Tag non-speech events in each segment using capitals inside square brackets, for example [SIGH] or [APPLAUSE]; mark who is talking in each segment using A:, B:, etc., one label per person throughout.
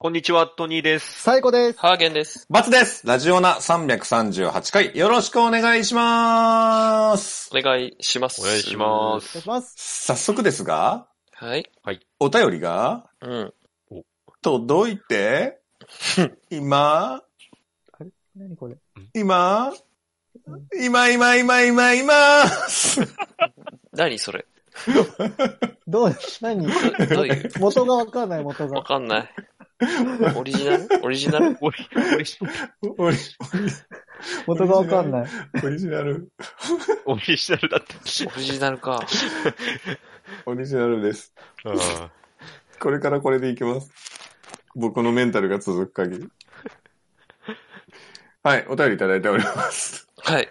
A: こんにちは、トニーです。
B: 最高です。
C: ハーゲンです。
D: バツですラジオナ338回、よろしくお願いしまーす
C: お願いします。
A: お願いしま
B: お願い
A: す
B: し。ます。
D: 早速ですが、
C: はい。
D: お便りが
C: うん。
D: 届いて、今、
B: 何これ。
D: 今、今、今、今、今、今、 [LAUGHS]
C: 何それ
B: どう、何
C: どどう
D: [LAUGHS]
C: いう
B: 元がわかんない、元が
C: わ。かんない。オリジナルオリジナル
A: おいおいし
D: オリ
B: 元がわかんない。
D: オリジナル、
A: オリジナルだって。
C: オリジナルか。
D: オリジナルです。
A: あ
D: これからこれでいきます。僕のメンタルが続く限り。はい、お便りいただいております。
C: はい。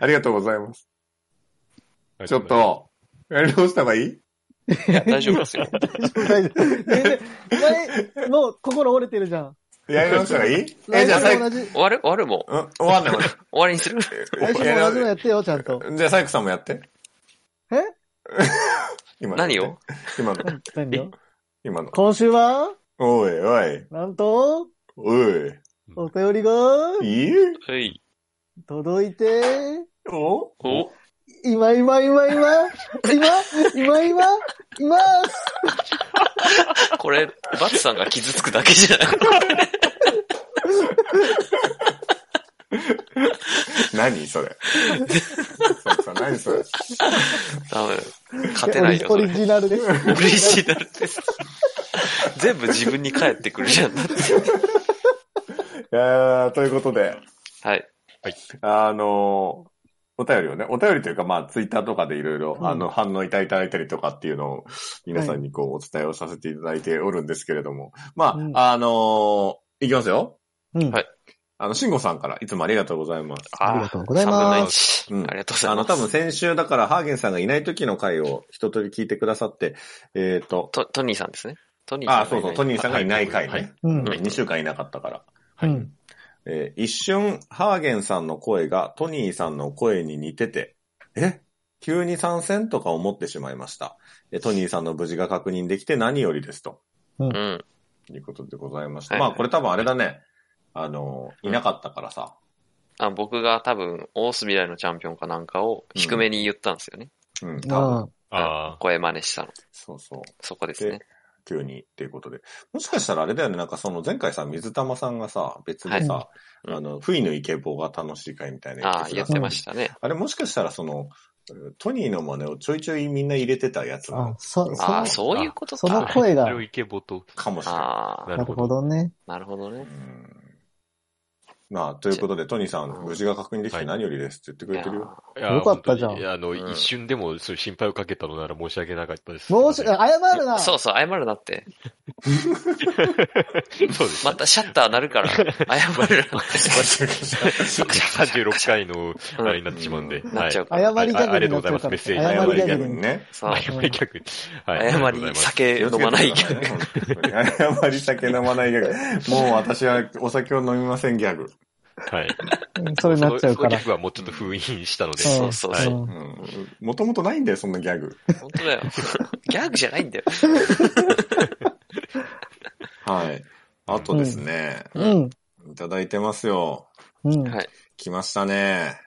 D: ありがとうございます。
A: ー
D: ちょっ。と、やり直した方がいい
C: いや、大丈夫ですよ。
B: 大丈夫。全然前の心折れてるじゃん。
D: やり直した方がい
B: [LAUGHS]
D: いえ、
B: 来
D: じゃあ、
B: 週
D: 最
B: も
D: 後
B: 同、じ、
C: 終わる終わるも
D: うん、終わ
B: [LAUGHS]
D: んない、
C: う。終わりにする
D: 終わ
B: 来
D: ん
B: 週
D: ない
B: も同じの
D: や
B: やってよ、ちゃんと。
D: り。じゃあ、サイクさんもやって。
B: え
D: [LAUGHS] 今の
C: 何を
D: 今の、
B: 何よ
D: 今の。
B: 今週は、
D: おいおい、
B: なんと、
D: おい、
B: お便りが
D: いい
C: はい。
B: 届いて、
D: お
C: お
B: 今今今今、今、今今、今、
C: これ、バツさんが傷つくだけじゃない
D: 何それ。サイクさん、何それ。
C: ダメ。勝てないよ、
B: オ
C: それ
B: リ。ジナルです。
C: オリジナルです。全部自分に返ってくるじゃん。
D: いやーということで、
C: はい。
D: あのお便りをね、お便りというか、まあ、ツイッターとかでいろいろ、
B: うん
D: あの、反応いただいたりとかっていうのを、皆さんにこう、お伝えをさせていただいておるんですけれども、ま
B: うん
D: あ、あのいきますよ。
B: うん
C: はい。
D: あの、慎吾さんからいつもありがとうございます。
B: ありがとうございます
D: うん
C: ありがとうござ
D: あ
C: いま
D: の、
C: す。
D: 多分先週だから、ハーゲンさんがいない時の回を一通り聞いてくださって、えっ、と、
C: トトニーさんですね。トニーさん。
D: あそうそう、トニーさんがいない回
A: はい
D: ね。
B: うん。
D: 2週間いなかったから。
B: うん。
D: えー一瞬、ハーゲンさんの声がトニーさんの声に似てて、え急に参戦とか思ってしまいました。えトニーさんの無事が確認できて何よりです、と
C: うん。
D: いうことでございました。
C: はい
D: まあ、これ多分あれだね。あの、いなかったからさ。
C: あ僕が多分、オース未来のチャンピオンかなんかを低めに言ったんですよね。
D: うん、多分。
B: あ
A: あ
C: 声真似したの。
D: そうそう。
C: そこですね。
D: 急にっていうことで。もしかしたらあれだよね、なんかその前回さ、水玉さんがさ、別でさ、
B: は
D: あの、不意のイケボが楽しい会みたいな言
C: ああ、
D: って
C: や
D: た
C: っ
D: じゃ
C: て
D: ん
C: ましたね。
D: あれもしかしたらその、トニーの真似をちょいちょいみんな入れてたやつな
B: あ
D: の、
B: そ、そ
C: あ
B: の
C: あ、、そういうこと
B: その
C: か。
B: 声
A: あ。
B: が
A: それをイケボと。
D: かもしれない。
C: ああ、
B: なるほどね。
C: なるほどね
D: う。んまあ、ということで、トニーさん、無事が確認できて何よりですって言ってく
C: い
D: れ
C: や
D: てるよ。
A: いや
B: よかったじゃん
A: 本当にいやあの、
C: うん
A: 一瞬でもそういう心配をかけたのなら申し訳なかったです。
B: もうし、謝るな。
C: そうそう、謝るなって。
A: そうです。
C: またシャッター鳴るから、謝るなって。
A: 36回の、あ
C: うん
A: れになってしまうんで。
D: う
C: なっちゃう
A: う。
C: から。
B: 謝りギャグになっ
A: あありがとうござ
B: ちゃうから
A: いますメッセージ
B: 謝りギャ
D: 謝
B: グ
D: り
B: に。
D: ね。
C: そう
A: 謝り逆に。はい。
C: 謝
A: あがとうござい
C: り、
A: ます
C: 酒飲まないギャグ。
D: グ。謝り酒飲まないギャグ。もう私はお酒を飲みませんギャグ。
A: はい。
B: うんそれになっちゃうか
A: その
B: ら
A: ギャ。グはもうちょっと封印したので。
C: そうそうそう。
B: ん
D: もともとないんだよ、そんなギャグ。
C: 本当だよ。ギャグじゃないんだよ。
D: はい。あとですね、
B: うん。
D: いただいてますよ。
B: うん。
C: はい
D: 来ましたね。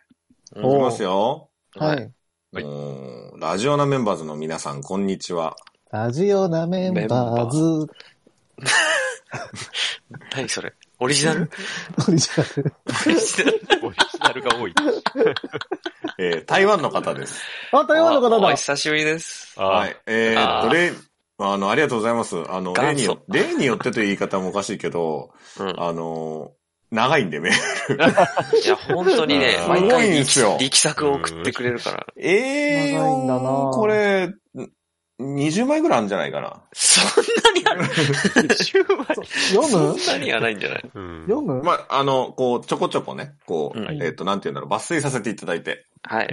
C: う
D: 来
B: お
C: ん
D: ますよ。
B: は
C: はい。
B: い。
A: はいう
D: ーんラジオナメンバーズの皆さん、こんにちは。
B: ラジオなメンバーズ、オ
C: 何それ。オリジナル
B: リジナル。
C: オリジナル
A: オリジナルが多い。
D: えー台湾の方です。
B: あ、台湾の方
C: おお
B: だ。
C: 久しぶりです。
A: あ
D: [LAUGHS] はい。えーっ
C: あ
D: と、
C: ー
D: 例、あの、ありがとうございます。あの、例によ
C: 元、
D: 例によってという言い方もおかしいけど、
C: うん。
D: あの、長いんでね。
C: いや、本当にね
A: あ、ー
C: 毎
D: すごい
C: 回
D: ん
C: 力
D: すよ
C: 力作を送ってくれるから。
D: ええ
B: 長いんだな
D: これ、ん20枚ぐらいあるんじゃないかな。
C: そんなにある ?10 枚
B: 読む
C: そんなにはないんじゃない
A: うん
B: 読む
D: まあ、あの、こう、ちょこちょこね、こう、
C: うん
D: えーっと、なんて言うんだろう、抜粋させていただいて。
C: はい。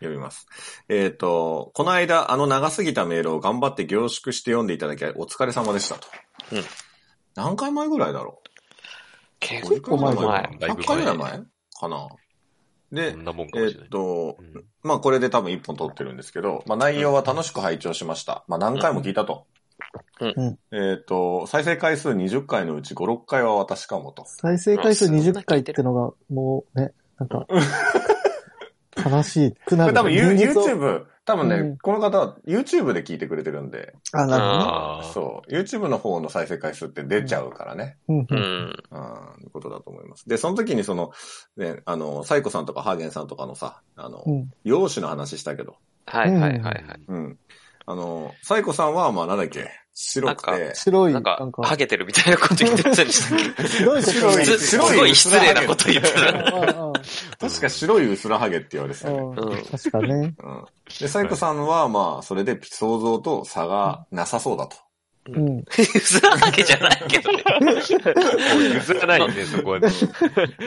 D: 読みます。えっ、と、この間、あの長すぎたメールを頑張って凝縮して読んでいただき、お疲れ様でしたと。
C: うん
D: 何回前ぐらいだろう
C: 結構
B: 前
C: 前。
A: 前だいぶ前
D: 100回ぐらい前かな。で
A: こ、んなもんか
D: え
A: も
D: っ
A: しれない、。
D: と
A: う、ん
D: まあこれで多分1本撮ってるんですけど、まあ内容は楽しく拝聴しました。まあ何回も聞いたと。えっ、と、再生回数20回のうち5、6回は私かもと。
B: 再生回数
C: うん
B: 20回ってのが、もうね、なんか、悲しいく
D: こ
B: な
D: れ
B: る。
D: 多分ユー
B: 現実を
D: YouTube、多分ね、
B: うん
D: この方は YouTube で聞いてくれてるんで、
B: あ、なるほどね
A: ああ。
D: そう、YouTube の方の再生回数って出ちゃうからね、
B: うん
C: う
B: うん。
C: ん。
D: うん、いうことだと思います。で、その時にその、ね、あの、サイコさんとかハーゲンさんとかのさ、あの、
B: うん。
D: 容姿の話したけど、
C: はいはいはいはい。
D: うん。あの、サイコさんは、まあ、なんだっけ、白くて、
B: 白い、
C: な
B: なんん
C: か
B: か、、
C: ハゲてるみたいなこと言ってませんでした
B: 白
C: っ
B: いこと
D: 白
C: け
D: い
C: すすごい失礼なこと言って
B: あ
C: たな。
B: ああ
D: 確か白い薄らハゲって言われてた
B: あ
D: よね。
B: あ
C: [LAUGHS]
B: 確かね。
D: うん。で、サイコさんは、まあ、それで想像と差がなさそうだ
C: [LAUGHS]
D: と。
B: うん。
C: 薄らハゲじゃないけどね。
A: [LAUGHS] 譲らないね、そこは
C: [LAUGHS]
A: ね。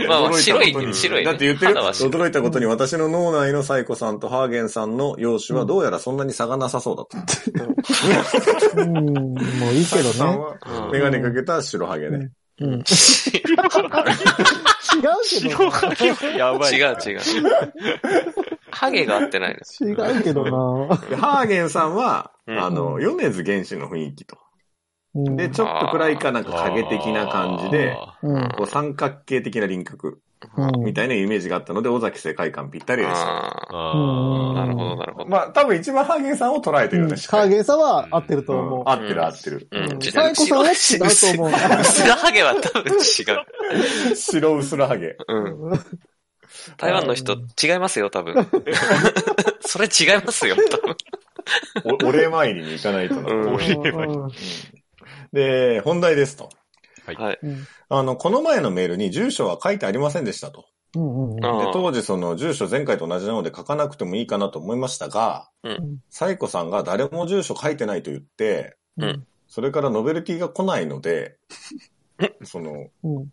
C: まあまあ、白い
D: 驚たこと、に
C: 白いね。
D: だって言ってる。
C: 肌は白い
D: 驚いたことに私の脳内のサイコさんとハーゲンさんの容姿はどうやらそんなに差がなさそうだと。
B: うん、もういい
D: サ
B: け
D: イコさ
B: ど
D: ん
B: ね。
D: はメガネかけた白ハゲね。
B: うん。違うけど
A: 白ハゲはやばい。
C: 違う違う。ハゲが合ってないです。
B: な。違うけどな。
D: でハーゲンさんは、
C: うん
D: あの、米津玄師の雰囲気と。
B: うん
D: で、ちょっと暗いかなんか影的な感じで、
B: うん。
D: こう三角形的な輪郭
B: うん
D: みたいなイメージがあったので、尾崎世界観ぴったりでした。
C: あ
A: あ
C: あ、
A: ー
C: なるほどなるほど。
D: まあ、多分一番ハーゲンさんを捉えてるよね。しっか
B: ハ
D: り
B: ゲさは合ってると思う。
D: 合ってる合ってる。
C: うん、違う
B: サイコさんは違うと思う。
C: 薄らハゲは多分違う。
D: 白薄らハゲ。
C: うん。台湾の人、違いますよ、多分。それ違いますよ、多分。
D: おお礼参りに行かないとな。
C: うん
D: うん
B: うん
D: で、本題ですと。
C: はい。
D: あの、この前のメールに住所は書いてありませんでしたと。
B: うんうん
C: あ
D: で
C: ー
D: 当時その住所前回と同じなので書かなくてもいいかなと思いましたが、
B: うん
D: サイコさんが誰も住所書いてないと言って、
C: うん
D: それからノベルティが来ない
B: [LAUGHS]
D: ので、その、
B: うん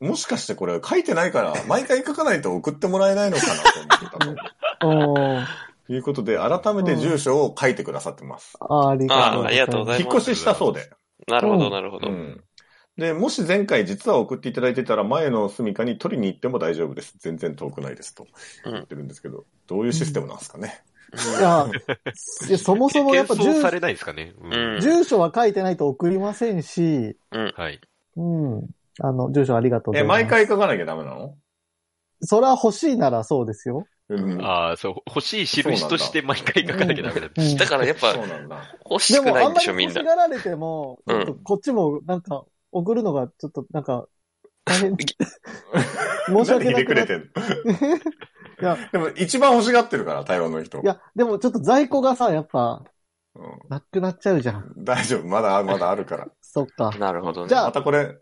D: もしかしてこれ書いてないから、毎回書かないと送ってもらえないのかなと思ってたと。
B: うん
D: いうことで、改めて住所を書いてくださってます。
B: ありがとうございます。
C: あありがとうございます
D: 引っ越ししたそうで。
C: なるほど、なるほど。
D: で、もし前回実は送っていただいてたら、前の住処に取りに行っても大丈夫です。全然遠くないですと
C: うん
D: 言ってるんですけど、どういうシステムなんですかね。
B: いや、いやそもそもやっぱ
A: 転送さ
B: 住
A: れないですかね。う
C: うん
B: 住所は書いてないと送りませんし、
A: はい。
B: うん。あの、住所ありがとうござ
D: え、
B: います。
D: 毎回書かなきゃダメなの
B: それは欲しいならそうですよ。
D: うん。
A: ああ、そう、欲しい印として毎回書かなきゃダメだ。
B: うん
C: だからやっぱ
D: そうなんだ。
C: 欲し
B: で
C: く
B: も、
C: な
B: あ
C: い
B: ん
C: ん
B: ま
C: で
B: り
C: しょ、み
B: 欲
C: ん
B: し
C: な。
B: がられても、
C: うん
B: ちょっとこっちもなんか、送るのがちょっとなんか、大変。 [LAUGHS] 申し
D: なん
B: 訳
D: でひ
B: な
D: ね
B: く
D: く
B: な
D: れ
B: って
D: てん
B: いや
D: のでも一番欲しがってるから、台湾の人
B: い。や、でもちょっと在庫がさ、やっぱ、
D: うん
B: なくなっちゃうじゃん。
D: 大丈夫。まだ、まだあるから。
B: そっか。
C: なるほどね。
B: じゃあ
D: またこれ、ま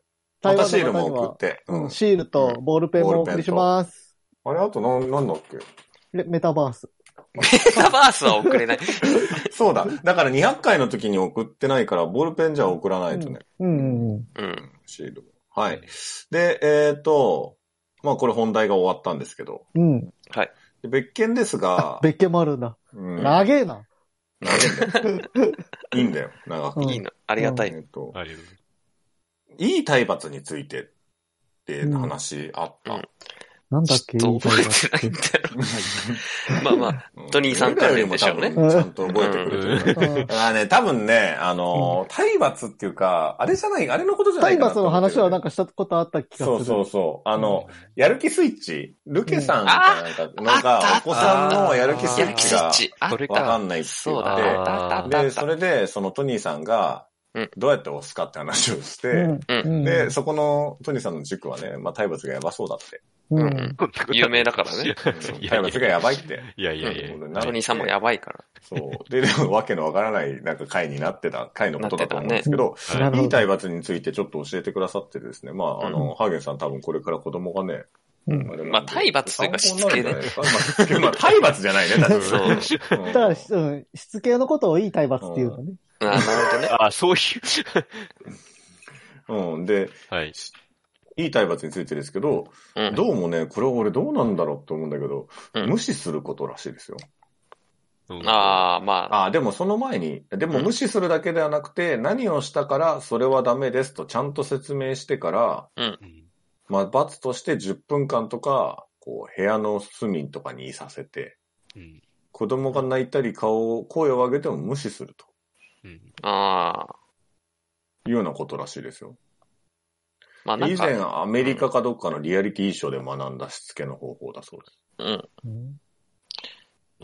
B: 台
D: た
B: 湾
D: シ
B: の
D: ール
B: 方に
D: も送
B: は
D: っ、て。
B: う、
D: うんん。
B: シールとボールペンもお送りします。
D: あれ、あとなん、なんだっけ
B: レメタバース。
C: メタバースは送れない。
D: そうだ。だから200回の時に送ってないから、ボールペンじゃ送らないとね。
B: うんうんうん。
C: うん。
D: シール。はい。で、えっ、と、まあこれ本題が終わったんですけど、
B: うん。
D: で別件ですが、
B: 別件もあるんだ。
D: うん、長
B: 長えな。
D: いんだよいいんだよ、長く。
B: うん
C: いいの。ありがた
D: え
C: い。
D: っと、
A: ありがとう
D: いい体罰についてって話あった。
C: うん
B: なんだっけ
C: ちょっと覚
B: いい
C: えてないんだよな。まあまあ、
D: うん
C: トニーさん関連でしょうね
D: 俺らよりも多分ちゃんと覚えてくれて
B: 体
D: るから。
B: 罰うん
D: あね、多分ね、あのー、体罰っていうか、あれじゃない、あれのことじゃな
B: 体
D: いかな
B: 罰
D: と
B: の
D: 思ってる
B: 話はなんかしたことあった気がする。
D: そうそうそう。あの、
A: ございます
D: やる気スイッチルケさんかなんかの
C: ああ
D: が、
C: った
D: お子さんのやる気スイ
C: や
D: ッ
C: る気
D: チ
C: スイ
D: が
C: ッチ。あ
A: それ
D: わか
A: か。
D: んないって言
C: そうだね。
D: っ
C: あったあった
D: て、
C: あ
D: で、
C: った
D: それで、そのトニーさんが
C: うん、
D: どうやって押すかって話をして、
B: うん。うん
D: で、そこのトニーさんの塾はね、まあ、体罰がやばそうだって。
B: う
C: うんん。有名だからね。
A: いや
D: 体
A: い
D: 罰
A: や
D: がやばいって。
A: いやいやいや。
D: うん
C: トニーさんもやばいから。
D: そう。で、でも、わけのわからない、なんか会になってた、会のことだと思うんですけど、
B: なる
D: い
B: ほ
D: い
B: ど。
D: 体罰についてちょっと教えてくださってですね。まあ、あの、ハーゲンさん多分これから子供がね、
B: うん
D: れなんで
C: まあ体罰というかしつけね
D: 参考になるんじゃないですかまあまあ体罰じゃないね、だって
C: そう。
D: うん
B: だから、しうんしつけのことをいい体罰っていうのね。
C: あなるほどね。
A: ああ、そういう。 [LAUGHS]
D: うん。で、
A: はい。
D: いい体罰についてですけど、
C: うん
D: どうもね、これは俺どうなんだろうと思うんだけど、
C: うん
D: 無視することらしいですよ。
A: あ。
C: ああ、まあ、
D: ああ、でもその前に、でも
C: うん
D: 無視するだけではなくて、何をしたからそれはダメですとちゃんと説明してから、まあ、罰として10分間とか、こう、部屋の隅とかにいさせて、
A: うん
D: 子供が泣いたり顔を、声を上げても無視すると。
A: うん。
C: ああ。
D: いうようなことらしいですよ。
C: まあなん
D: 以前、
C: か、
D: アメリカかどっかのリアリティショーで学んだしつけの方法だそうです。
C: うん。
B: うん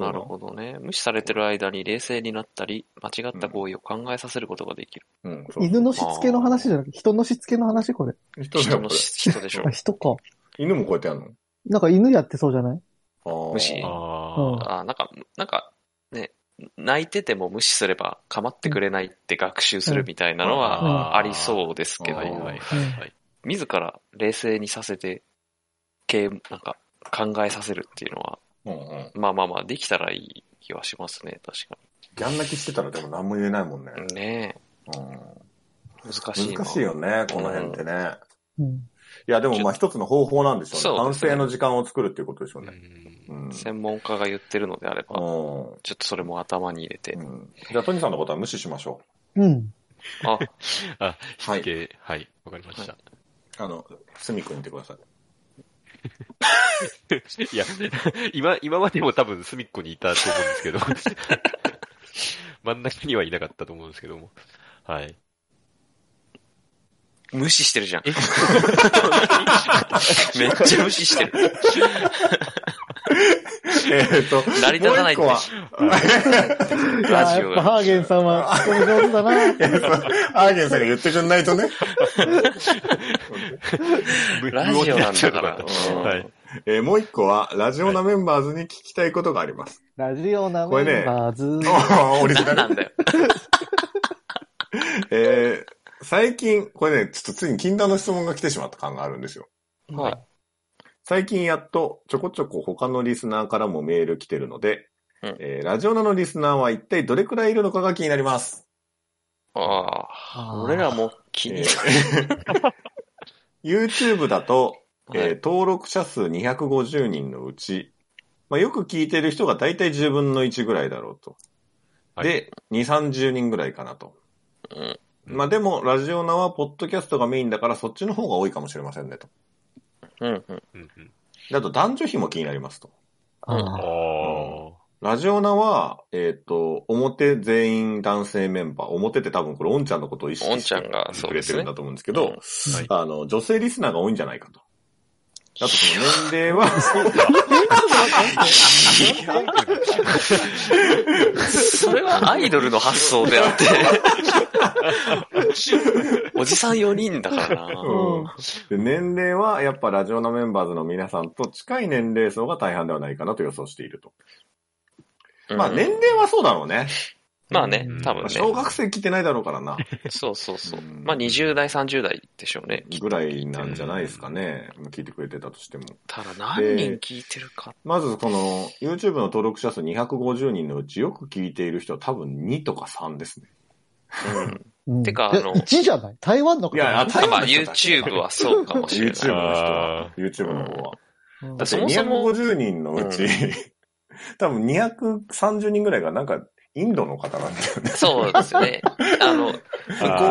C: なるほどね。無視されてる間に冷静になったり、間違った行為を考えさせることができる。
D: ど。うん、そう
B: 犬のしつけの話じゃなくて、人のしつけの話これ。
D: 人だ
C: 人
D: よ
C: の
D: これ
C: し人でしょ
B: あ、。人か。
D: 犬もこうやってやるの
B: なんか犬やってそうじゃない
D: あー
C: 無視
A: ああ。
C: ああ、なんか、なんか、ね、泣いてても無視すれば構ってくれないって学習するみたいなの
B: うん
C: はあり
A: う
C: そうですけど、
A: はいはいはいはい。
C: 自ら冷静にさせて、けなんか、考えさせるっていうのは、
D: うんうん。
C: まあまあまあ、できたらいい気はしますね、確か
D: ギャン泣きしてたらでも何も言えないもんね。
C: に。ね
D: うん
C: え、難しいな。
D: 難しいよね、この辺ってね。
B: うん。
D: いや、でもまあ一つの方法なんでしょうね。
C: そう
D: 反
C: ですね
D: 省の時間を作るっていうことでしょう
A: う
D: ね。
A: ん
D: うん。
C: 専門家が言ってるのであれば、
D: うん
C: ちょっとそれも頭に入れて
D: う。んじゃあ、トニーさんのことは無視しましょ
B: うん。
C: あ、
A: あ、
D: は
A: し
D: い
A: つけ、はい。わかりました。
D: う。あの、すみくん言ってください。
A: いや、 [LAUGHS] 今、今までも多分隅っこにいたと思うんですけど、 [LAUGHS] 真ん中にはいなかったと思うんですけども。
C: [LAUGHS]
A: はい。
C: 無視してるじゃん。 [LAUGHS] めっちゃ無視してる。
D: えっと、
C: 成り立たないって
D: もう一
B: いや、
C: ラジ
B: や
C: オ
B: っぱハーゲンさんは、これ上手だな。
D: [LAUGHS] 個は、いやそうアーゲンさんが言ってくんないとね。
A: 無
C: ラジオな
A: 無音になっ
C: んだから
A: ちゃうのはい。
D: えーもう一個は、ラジオなメンバーズに聞きたいことがあります。
B: ラジオな
D: こ
B: メ
D: れ
B: ン
D: ね
B: バーズ。
D: あーオリジナ
C: 何なん
D: ル。
C: だよ。
D: えー最近、これね、ちょっとついに禁断の質問が来てしまった感があるんですよ。
C: はい。
D: 最近やっとちょこちょこ他のリスナーからもメール来てるので、
C: うん
D: えーラジオナのリスナーは一体どれくらいいるのかが気になります。
C: ああ、俺らも気に
D: えー YouTube だと、えー
C: はい
D: 登録者数250人のうち、まあ、よく聞いてる人が大体10分の1ぐらいだろうと。
A: はい
D: で、2、30人ぐらいかなと。
C: うん
D: まあでも、ラジオナはポッドキャストがメインだからそっちの方が多いかもしれませんねと。
C: うんうん。
A: うんうん
D: であと男女比も気になりますと。
A: あ
B: あー
A: ー
D: ラジオナは、えっ、と、表全員男性メンバー、表って多分これ、オンちゃんのことを意
C: オ
D: 識
C: ン
D: し
C: ちゃん
D: て
C: が、そうで
D: くれて
C: す
D: るん
C: ね
D: だ。と思うんですけど、
C: うん
A: はい
D: あの、女性リスナーが多いんじゃないかと。あとその年齢
C: [LAUGHS]
D: は、
C: それはアイドルの発想であって。おじさん4人だからな。
B: うん
D: で年齢はやっぱラジオナメンバーズの皆さんと近い年齢層が大半ではないかなと予想していると。まあ
C: うん
D: 年齢はそうだろうね。
C: まあね、多分
D: まあ
C: ね。
D: 小学生来てないだろ
C: [LAUGHS]
D: うからな。
C: そうそうそう。
D: うん
C: まあ20代、30代でしょうね。
D: ぐらいなんじゃないですかね。聞いてくれてたとしても。
C: ただ何人聞いてるか。
D: まずこの YouTube の登録者数250人のうちよく聞いている人は多分2とか3ですね。
C: うん。
B: うん
C: てかあの
B: え1じゃない台湾の方
D: いやいや台
C: ま
D: 湾
C: あ YouTube はそうかもしれ
D: YouTube の人
C: ない。
D: は
A: あ。
D: YouTube の方は。
B: うん
C: だっ
D: だってて
C: そもそも
D: 250人のうち、
C: う
D: 多分230人ぐらいがなんかインドの方なんだよね。
C: そうです
D: [LAUGHS]
C: ね。あの、向こ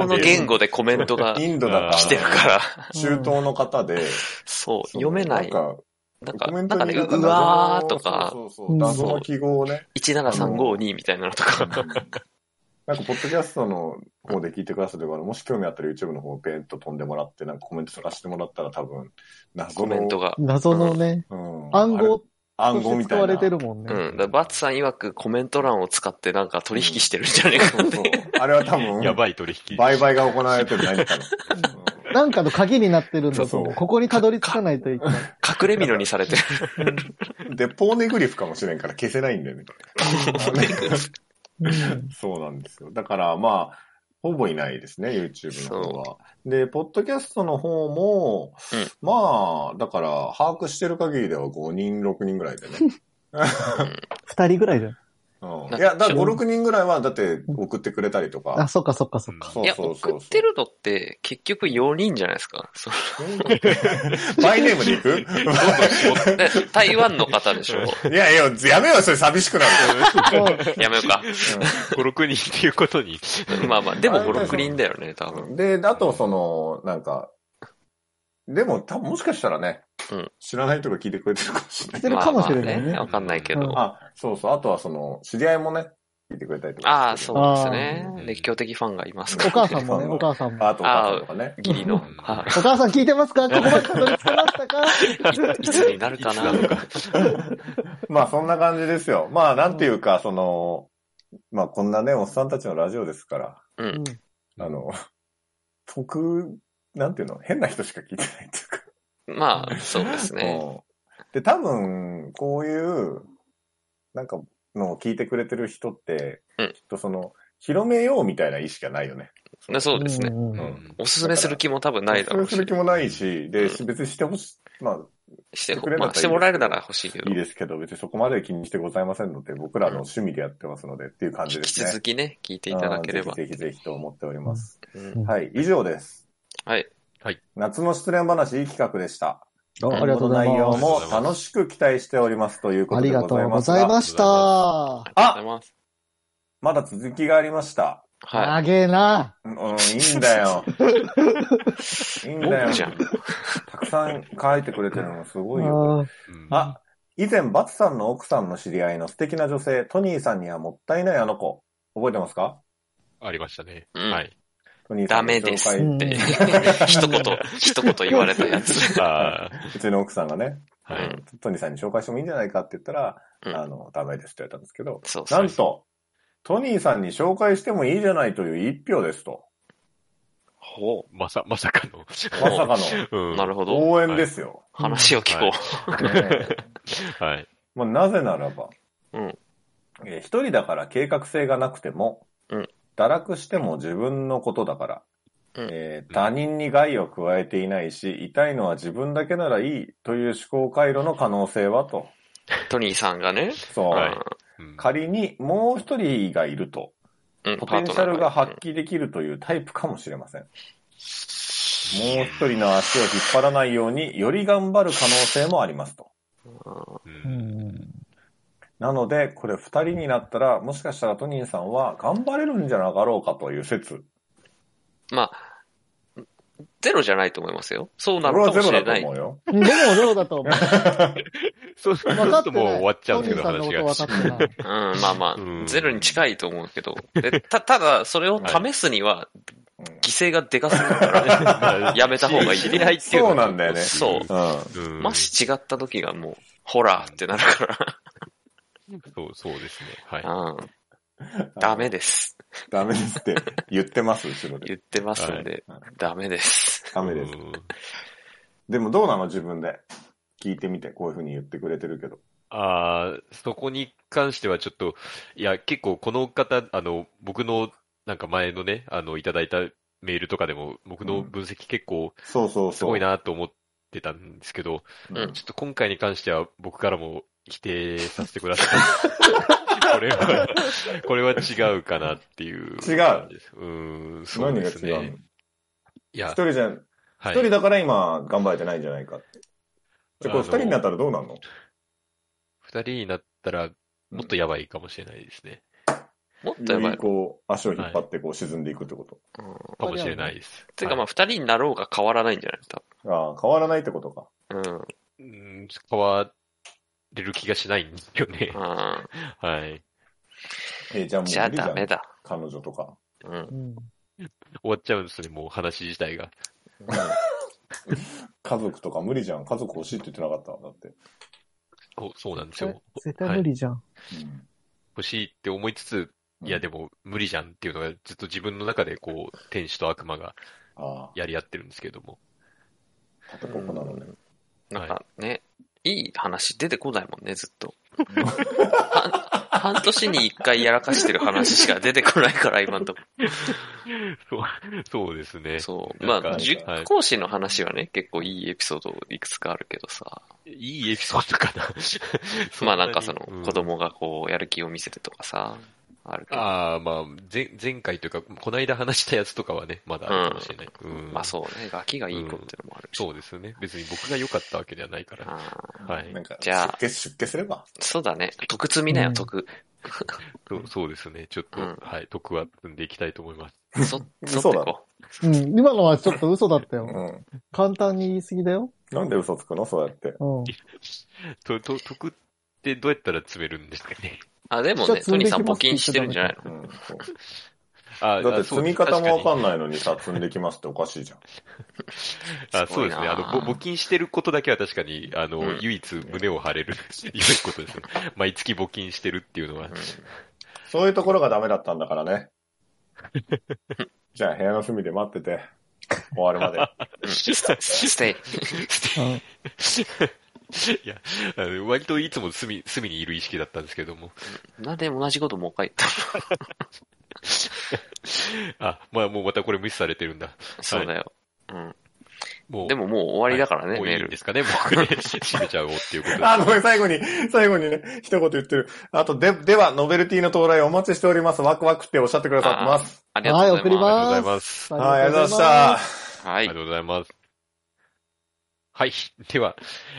C: うの言語でコメントが
D: インドだ
A: あー
D: か
C: 来てるから、
D: 中東の方で、
C: そう、
D: そ
C: 読
D: の
C: めない。
D: なんか、
C: なんか、
D: コメ
C: な
D: ン
C: ん
D: ト
C: か
D: に
C: ね、
D: な
C: うん
D: か謎の
C: わーとか、
D: そうそうそう、謎の記号をね。
C: 17352みたいなのと
D: [LAUGHS] うん
C: か。
D: なんか、ポッドキャストの方で聞いてくだされば、もし興味あったら YouTube の方をペンと飛んでもらって、なんかコメント探してもらったら多分、謎
C: コ
D: の
C: メントが。
B: 謎のね、
D: うん
B: 暗号
D: あ
B: と
D: れ暗号
B: して
D: み
B: 使
D: たい
B: わ
D: な。
B: れてるもんね。
C: うん。だからバッツさん曰くコメント欄を使ってなんか取引してるんじゃねえか
D: そ
C: っ
D: うそう
C: て。。
D: あれは多分、
A: やばい取引。
D: 売買が行われてる何かの。
B: なんかの鍵になってるんだと
D: そう
B: 思。
D: そうう
B: ここにたどり着かないといけない。
C: [LAUGHS] 隠れみのにされて
D: [LAUGHS]
C: る。
D: うんで、ポーネグリフかもしれんから消せないんだよね。
B: うん
D: そうなんですよ。だからまあ、ほぼいないですね、YouTube の方は。で、ポッドキャストの方も、
C: うん
D: まあ、だから、把握してる限りでは5人、6人ぐら
C: [LAUGHS]
D: いでね。
B: 二人ぐらいじゃん。
D: うん
C: なんか
D: いや、だから5、6人ぐらいは、だって送ってくれたりと
B: あ、
D: か。
B: そっかそっかそっか。
D: そ
C: いうや、
D: そうそう
C: 送ってるのって結局4人じゃないですか。そう
D: バイネームでいく
C: [LAUGHS] で台湾の方でしょ。
D: いやいや、やめよう、それ寂しくなる。
C: やめようか。
A: 5、6人っていうことに。
C: まあまあ、でも5、6人だよね、多分。
D: で、あと、その、なんか、でも、多分もしかしたらね、
C: うん
D: 知らない人が聞いてくれてるかもしれない
B: し。てるかもしれないね
C: まあ
D: [LAUGHS]
C: まあわかんないけど。
D: あ、そうそう。あとはその、知り合いもね、いてくれたりとか。
C: ああ、そうですね
A: あ。ー
C: 熱狂的ファンがいます
B: お
C: か
B: 母
C: ら
B: さんもね、お母さんも。
D: あとかとかね。
C: ギリの。
A: うん
C: は
B: お母さん聞いてますかここまでたどり着けましたか
C: い。いいつになるかな。
D: まあそんな感じですよ。まあなんていうか、その、まあこんなね、おっさんたちのラジオですから、
C: う
B: うん
C: ん。。
D: あの、得、なんていうの、変な人しか聞いてないっていうか。
C: まあ、そうですね。
D: うんで、多分、こういう、なんか、のを聞いてくれてる人って、
C: うん
D: きっとその、広めようみたいな意識がないよね。
C: そうですね。
B: ん
A: う
B: うん
A: ん
C: おすすめする気も多分ないだろうし。
D: それする気もないし、で、
C: う
D: 別にしてほし、まあ、
C: して
D: してくれるん
C: ま
D: だっ
C: あ、
D: たらいいですけど
C: してもらえるなら欲しいけど
D: いい。ですけど、別にそこまで気にしてございませんので、僕らの趣味でやってますのでっていう感じ
C: 引
D: で
C: き
D: すね。
C: 続きね、聞いていただければ
D: あー。ぜひぜひぜひと思っております。
C: うん
D: はい、以上です。
C: はい。
D: 夏の失恋話、いい企画でした。
B: ありがとうござい
D: 今後
B: ま
D: の内容も楽しく期待しておりますという
B: す。
D: こ
B: あ
D: と
B: り
D: で
B: が
D: ご
B: と
D: ざいう
B: ご
D: ます
B: ざい
D: が、
B: ました。
C: ありがとうございます。
D: まだ続きがありました。
C: は
B: 長えな。
D: うん、いいん
C: [LAUGHS]
D: だよ。いいん
C: い。文
D: だよ
C: 句じ。ゃん。
D: たくさん書いてくれてるのすごいよ。
A: うん
D: あ、以前、バツさんの奥さんの知り合いの素敵な女性、トニーさんにはもったいないあの子、覚えてますか
A: ありましたね。
C: うん
A: はい。
D: トニーさ
C: ダ
D: んの
C: メで
D: 紹
C: すっ
D: 介、
C: て、
B: うん
C: [LAUGHS] 一言、一言言われたやつ。
A: あー
D: うちの奥さんがね、
A: は
C: う
A: い。
C: ん
D: トニーさんに紹介してもいいんじゃないかって言ったら、
C: うん
D: あの、ダメですって言われたんですけど、
C: そうそ
D: な。
C: うん
D: と、トニーさんに紹介してもいいじゃないという一票ですと。
C: ほ
A: まさ、まさかの。
D: まさ
C: [LAUGHS]
D: か
A: う
C: う。
A: ん
C: なるほ
D: の
C: ど。
D: 応援ですよ。
C: 話を聞こ
D: ねえ
A: はい。
D: まあ、なぜならば、
C: うん
D: えー一人だから計画性がなくても、
C: うん
D: 堕落しても自分のことだから、
C: うん
D: えー他人に害を加えていないし、痛いのは自分だけならいいという思考回路の可能性はと。
C: う。トニーさんがね、
D: そう。
A: はい
C: うん
A: うん
D: 仮にもう一人がいると、
C: うん
D: ポ
C: パー
D: テンシ
C: ト
D: ャ
C: ナー
D: ルが発揮できるというタイプかもしれません。もう一人の足を引っ張らないように、より頑張る可能性もありますと。
A: う
B: うんん
D: なので、これ二人になったら、もしかしたらトニーさんは頑張れるんじゃなかろうかという説。
C: まあ、ゼロじゃないと思いますよ。そうな
D: こ
C: るか
D: れは
C: も
D: ゼ
C: し
D: ロ
C: れ
D: だ
C: な
D: と
C: い。
D: 思うよ。
B: でも、どうだと思う。
A: そうする
B: 分かっ
A: と
B: て
A: もう
B: ない。
A: 終わっちゃうんですけど、
B: トニーさん
A: 話
B: の
A: が
B: こ。と分かってない。
C: うん、まあま
A: うん
C: あ、ゼロに近いと思うけど。でた、 [LAUGHS] ただ、それを試すには、犠牲がでかすぎる
A: [LAUGHS]
C: から、やめた方がいい
A: 知りないっていうの
D: そう
A: は
D: なんだよね。
C: そう
D: う
A: うん。
C: もし違った時がもう、ホラーってなるか
A: そう、そうですね。はい。
C: ら、うん、
D: ん。
C: ダメです。
D: ダメですって言ってます、後ろで。
C: 言ってますんで、
D: はい
C: ダメです。
D: [LAUGHS] ダメです
A: う。ん
D: でもどうなの自分で。聞いてみて、こういう風に言ってくれてるけど。
A: ああ、そこに関してはちょっと、いや、結構この方、あの、僕の、なんか前のね、あの、いただいたメールとかでも、僕の分析結構
D: そうそうそう。
A: すごいなと思ってたんですけど、
D: うん。
A: ちょっと今回に関しては僕からも否定させてくだ
D: [LAUGHS]
A: さい。これは、これは違うかなっていう。
D: 違う
A: うーん、そう
D: 何
A: で
D: が違
A: す
D: うの
A: ね。い
D: 一
A: や、
D: 人じゃん、
A: は
D: 一
A: い。
D: 人だから今頑張れてないんじゃないかって。じゃあこれ
A: あ
D: 二
A: の
D: 人になったらどうなんの
A: 二人になったら、もっとやばいかもしれないですね。
C: もっと
D: よ
C: やば
D: り
C: い。
D: こう、足を引っ張ってこう沈んでいくってこと。
C: うん、
A: かもしれないです。
C: てか
A: は
C: まあ、二人になろうが変わらないんじゃない多
D: ああ、変わらないってことか。
C: 分。うん。
A: い、うん、変われる気がしないんですよね。
C: あ
A: はい。
D: えーじゃあ
C: ー
D: もう
C: じゃ
D: 無
C: あ
D: 理じゃ
C: ダメ
D: ん。
C: だ。
D: 彼女とか。
C: うん。
B: うん
A: 終わっちゃうんですね、もう話自体が。
D: 家族とか無理じゃん。家族欲しいって言ってなかった。だって。
A: そうそうなんですよ。
B: 絶対無理じゃん。
A: 欲しいって思いつつ、いやで
D: も。
A: も無理じゃんっていうのがずっと自分の中でこう、天使と悪魔が
D: あ
A: やり合ってるんですけども。
D: あ、縦ポップなのね。
C: なんかね、いい話出てこないもんね、ずっと。はん半年に一回やらかしてる話しか出てこないから、今んとこ。
A: そう、そうですね。
C: そう。ま
A: なんか
C: あ、塾
A: はい
C: 講師の話はね、結構いいエピソードいくつかあるけどさ。
A: いいエピソードかな。そ
C: [LAUGHS] まあなんかその
A: う、
C: 子供がこう、やる気を見せてとかさ、あるけど。
A: ああ、まあ、前、前回というか、この間話したやつとかはね、まだあるかもしれない。うん。
C: まあそうね、ガキがいい子ってのもあるし。
A: そうですね。別に僕が良かったわけではないから。
C: あー
A: はい
D: なん。か、
C: じゃあ
D: 出家、出家すれば。
C: そうだね。徳積みな
B: う
C: よ、
B: ん
C: 徳。
A: そうそうですね。ちょっと、
C: うん
A: はい。得は積んでいきたいと思います。
C: そ、そってこ
B: うん。今のはちょっと嘘だったよ。
D: うん。
B: 簡単に言い過ぎだよ。
D: なんで嘘つくのそうやっ
B: う
D: て。
B: ん。
C: [LAUGHS]
A: と、と、得ってどうやったら積めるんですかね。
C: あ、でも
B: じゃあ
C: ね、
B: 積
C: ト
B: んで
C: ニ
B: きます
C: ーさん募金してるんじゃないの
D: うんそう
A: [LAUGHS] あ
D: だって積み方もわか
A: ない。
D: んないのにさ、積んできますっておかしいじゃん。
A: あ
C: す
A: そ
C: ご
A: う
C: い
A: です
C: な
A: ね。あの、ぼ募金してることだけは確かに、あの、
C: うん
A: 唯一胸を張れる [LAUGHS] 良いことですね。毎月募金してる [LAUGHS] っていうのは。
D: そういうところがダメだったんだから
A: [LAUGHS]
D: ね。じゃあ部屋の隅で待ってて、終わるまで。
A: [LAUGHS]
C: ステイ。
B: うん
A: いや、あの割といつも隅、隅にいる意識だったんですけども。
C: なんで同じこともう一回言っ
A: あ、まあもうまたこれ無視されてるんだ。
C: たそうだよ。う
A: も
C: ん。
A: う、
C: でももう終わりだからね、
A: もうい
C: メー
A: いん
C: ル
A: で。すかね、もうこれ、 [LAUGHS] 閉めちゃおうっていうことで
D: あ、ごめん、最後に、最後にね、一言言ってる。あと、で、では、ノベルティの到来お待ちしております。ワクワクっておっしゃってくださってます。
C: ありがとうござい
A: あ
B: は
A: り
B: い
A: が
C: ま
A: とうございます。
B: あ
D: はい、ありがとうございました。
C: す。は
A: あ
C: い
A: りが。とうございます。はい。 [LAUGHS] では、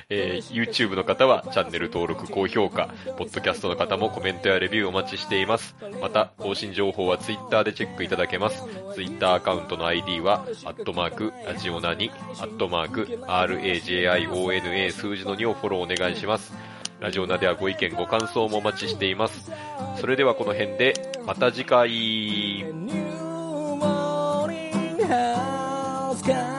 A: えー YouTube の方はチャンネル登録、高評価、ポッドキャストの方もコメントやレビューお待ちしています。また、更新情報は Twitter でチェックいただけます。Twitter アカウントの ID は、アットマーク、ラジオナに、アットマーク、RAJIONA 数字の2をフォローお願いします。ラジオナではご意見、ご感想もお待ちしています。それではこの辺で、また次回。
E: New morning has come